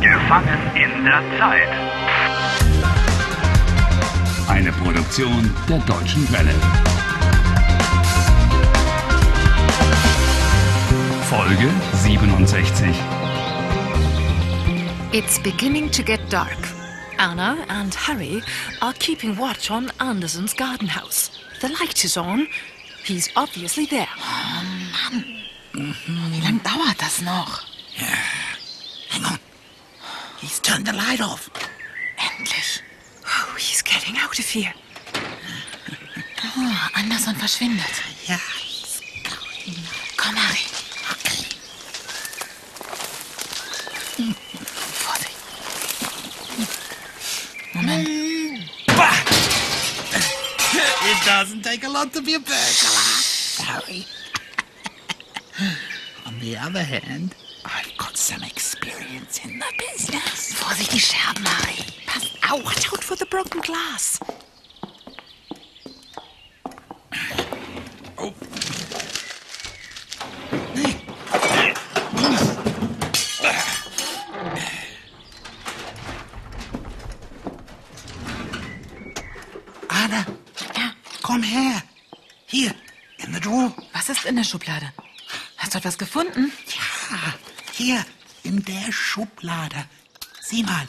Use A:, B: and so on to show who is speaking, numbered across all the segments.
A: Gefangen in der Zeit.
B: Eine Produktion der Deutschen Welle. Folge 67.
C: It's beginning to get dark. Anna and Harry are keeping watch on Anderson's garden house. The light is on. He's obviously there.
D: Wie lange dauert das noch?
E: Hang on. He's turned the light off.
D: Endlich.
C: Oh, he's getting out of here.
D: Oh, Anderson verschwindet.
E: Yeah, he's going.
D: Komm, Harry.
E: Okay.
D: Vorsicht. Moment.
E: Hm. Bah! It doesn't take a lot to be a burglar. Sorry. on the other hand, I've got some experience in the business.
D: Vorsicht, die Scherben, Harry. Pass auf.
C: Watch out for the broken glass.
E: Oh. Anna,
D: Ja,
E: komm her. Hier, in the drawer.
D: was ist in der Schublade? Hast du etwas gefunden?
E: Ja, hier, in der Schublade. Sieh mal.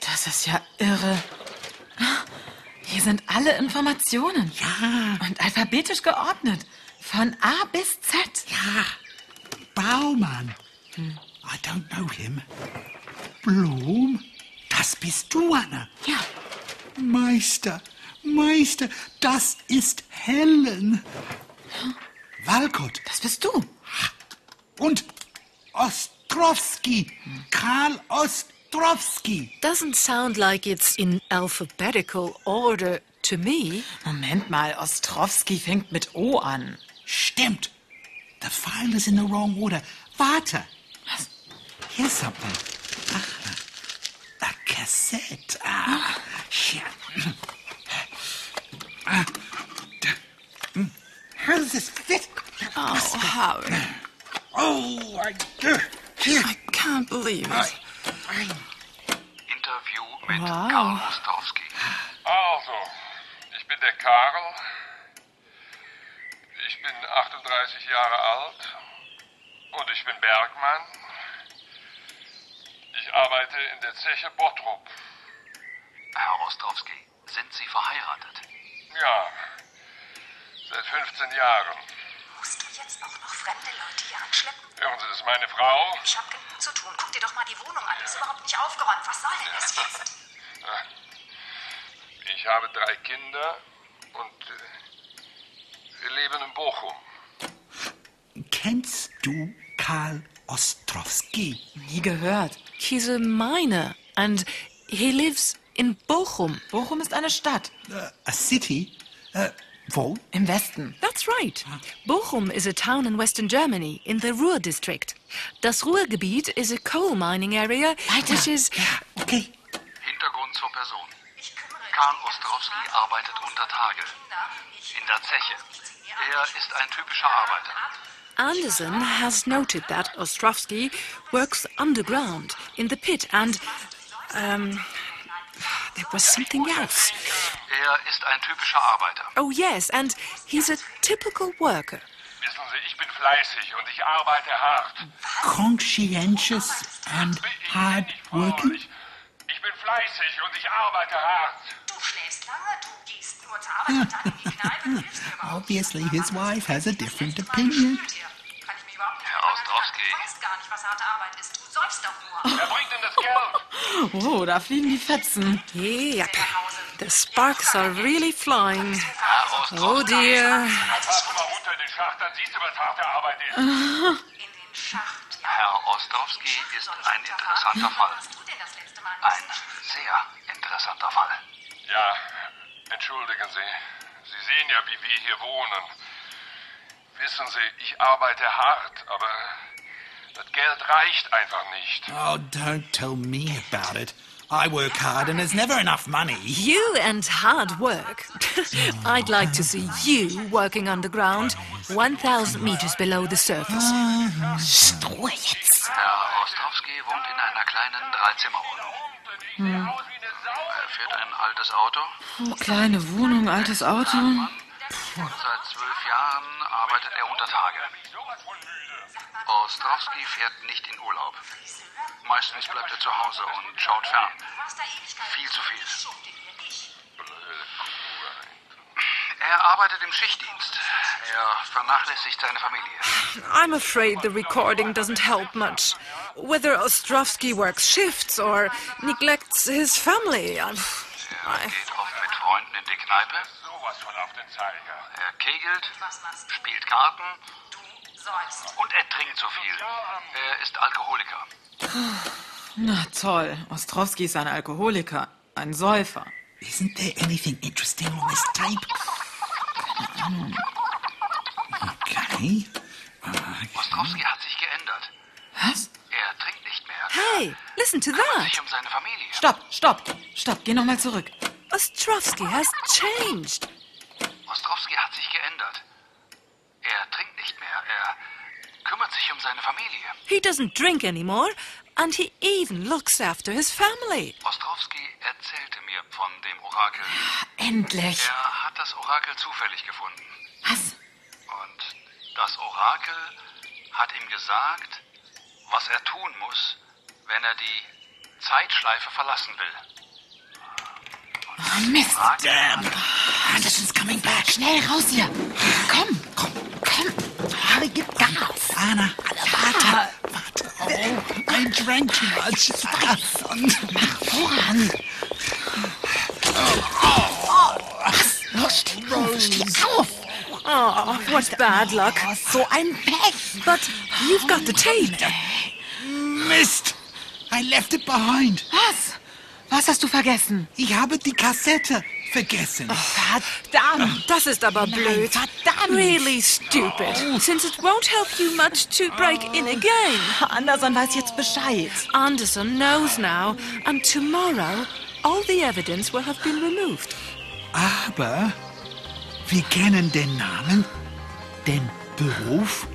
D: Das ist ja irre. Hier sind alle Informationen.
E: Ja,
D: Und alphabetisch geordnet. Von A bis Z.
E: ja. Baumann. I don't know him. Blum? Das bist du, Anna.
D: Ja,
E: Meister, Meister, das ist Helen. Walcott
D: das bist du.
E: und Ostrowski. Karl Ostrowski.
C: Doesn't sound like it's in alphabetical order to me.
D: Moment mal, Ostrowski fängt mit O an.
E: Stimmt. The file is in the wrong order. Warte.
D: Was?
E: Here's something. Ah, a cassette. Ah, here. Ah, d- mm. How does this fit?
D: Oh, Harry.
E: Oh, I, uh, here.
D: I can't believe it.
E: I, I,
F: Interview mit
D: Wow.
F: Karl Ostrowski.
G: Also, ich bin der Karl. Ich bin 38 Jahre alt und ich bin Bergmann. Ich arbeite in der Zeche Bottrop.
F: Herr Ostrowski, sind Sie verheiratet?
G: Ja, seit 15 Jahren.
H: Musst du jetzt auch noch fremde Leute hier anschleppen?
G: Hören Sie, das ist meine Frau.
H: Ich hab genug zu tun. Guck dir doch mal die Wohnung an. Die ist überhaupt nicht aufgeräumt. Was soll denn das jetzt?
G: Ich habe drei Kinder und äh, wir leben in Bochum.
E: kennst du Karl Ostrowski?
D: Nie gehört.
C: He's a miner and he lives in Bochum.
D: Bochum ist eine Stadt.
E: Uh, a city? Uh, wo?
D: Im Westen.
C: That's right. Bochum is a town in western Germany in the Ruhr district. Das Ruhrgebiet is a coal mining area, which is.
E: Okay.
F: Hintergrund zur Person.
H: Ich kümmere mich
F: Karl
H: die ganzen
F: Ostrowski
H: Tage
F: arbeitet
H: um
F: unter Tage.
H: Kinder. Ich-
F: In der Zeche.
H: um
F: Er ist ein typischer Arbeiter.
C: Anderson has noted that Ostrovsky works underground in the pit and. Um, there was something else.
F: Er ist ein typischer Arbeiter.
C: Oh, yes, and he's a typical worker.
G: Wissen Sie, ich bin fleißig und ich arbeite hart.
E: Conscientious and
G: Ich bin
E: hard
G: nicht faul.
E: working?
G: Ich, ich bin fleißig und ich arbeite hart.
H: Du schläfst lange, du gehst nur zur Arbeit und dann in die Kneipe. Hilfst mir überhaupt
E: Obviously,
H: nicht.
E: his wife has a different
H: Schlechte Mal
E: opinion.
H: gefühlt hier. Kann ich mich überhaupt nicht
F: Herr
H: erinnern.
F: Ostrowski.
H: Ich weiß gar nicht, was harte Arbeit ist. Du sollst doch nur.
G: Wer bringt denn das Geld?
D: Oh, da fliegen die Fetzen.
C: Yep. The sparks are really flying.
H: Also,
F: Herr Ostrowski,
C: Oh, dear.
H: halt
G: Fahr doch mal runter in den Schacht, dann siehst du, was harte Arbeit ist.
H: In den Schacht. Ja,
F: Herr Ostrowski ist ein interessanter
H: Wann
F: Fall.
H: warst du denn das letzte Mal in
F: Ein
H: diesem Schacht?
F: sehr interessanter Fall.
G: Ja, entschuldigen Sie. Sie sehen ja, wie wir hier wohnen. Wissen Sie, ich arbeite hart, aber das Geld reicht einfach nicht.
E: Oh, don't tell me about it. I work hard and there's never enough money.
C: You and hard work. I'd like to see you working underground, 1,000 meters below the surface.
D: Ruhe jetzt.
C: was?
F: Herr Ostrowski wohnt in einer kleinen Dreizimmerwohnung. Er fährt ein altes Auto.
D: Oh, kleine Wohnung, altes Auto.
F: Seit zwölf Jahren arbeitet er unter Tage. Ostrowski fährt nicht in Urlaub. Meistens bleibt er zu Hause und schaut fern. Viel zu viel. Er arbeitet im Schichtdienst. Er vernachlässigt seine Familie.
C: I'm afraid the recording doesn't help much. Whether Ostrovsky works shifts or neglects his family. I'm-
F: Er geht oft mit Freunden in die Kneipe.
G: Sowas von auf den Zeiger.
F: Er kegelt, spielt Karten und er trinkt zu viel. Er ist Alkoholiker.
D: Na toll, Ostrowski ist ein Alkoholiker, ein Säufer.
E: Isn't there anything interesting on this tape? Okay. Uh,
F: Ostrowski hat sich geändert.
D: Was?
F: Er trinkt nicht mehr.
C: Hey, listen to
F: Kümmert
C: that.
F: sich um seine Familie.
D: Stopp, stopp, stopp, geh nochmal zurück.
C: Ostrovsky has changed.
F: Ostrowski hat sich geändert. Er trinkt nicht mehr. Er kümmert sich um seine Familie.
C: He doesn't drink anymore, and he even looks after his family.
F: Ostrowski erzählte mir von dem Orakel.
D: Endlich.
F: Er hat das Orakel zufällig gefunden.
D: Was?
F: Und das Orakel hat ihm gesagt, was er tun muss, wenn er die Zeitschleife verlassen will.
D: Oh, Mist.
E: Damn! Anderson's coming back.
D: Schnell raus hier. Komm, komm, komm. Harry, gib Gas.
E: Anna, warte, warte. Oh, I drank too much. Mach
D: Voran.
E: Oh, los, Rose.
D: Auf.
C: Oh, what bad luck.
D: So ein Pech.
C: But you've got the tape.
E: Mist! I left it behind.
D: Was? Was hast du vergessen? Oh.
E: Ich habe die Kassette vergessen.
D: Verdammt.
C: Das ist aber blöd.
D: verdammt.
C: Really stupid. Since it won't help you much to break in again.
D: Anderson weiß jetzt Bescheid.
C: Anderson knows now, and tomorrow all the evidence will have been removed.
E: Aber wir kennen den Namen, den Beruf,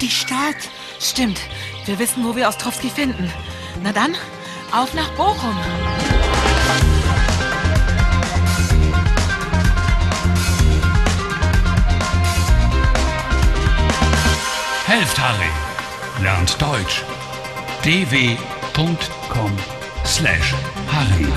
E: die Stadt.
D: Stimmt. Wir wissen, wo wir Ostrowski finden. Na dann, auf nach Bochum.
B: Helft Harry. Lernt Deutsch. dw.com slash Harry.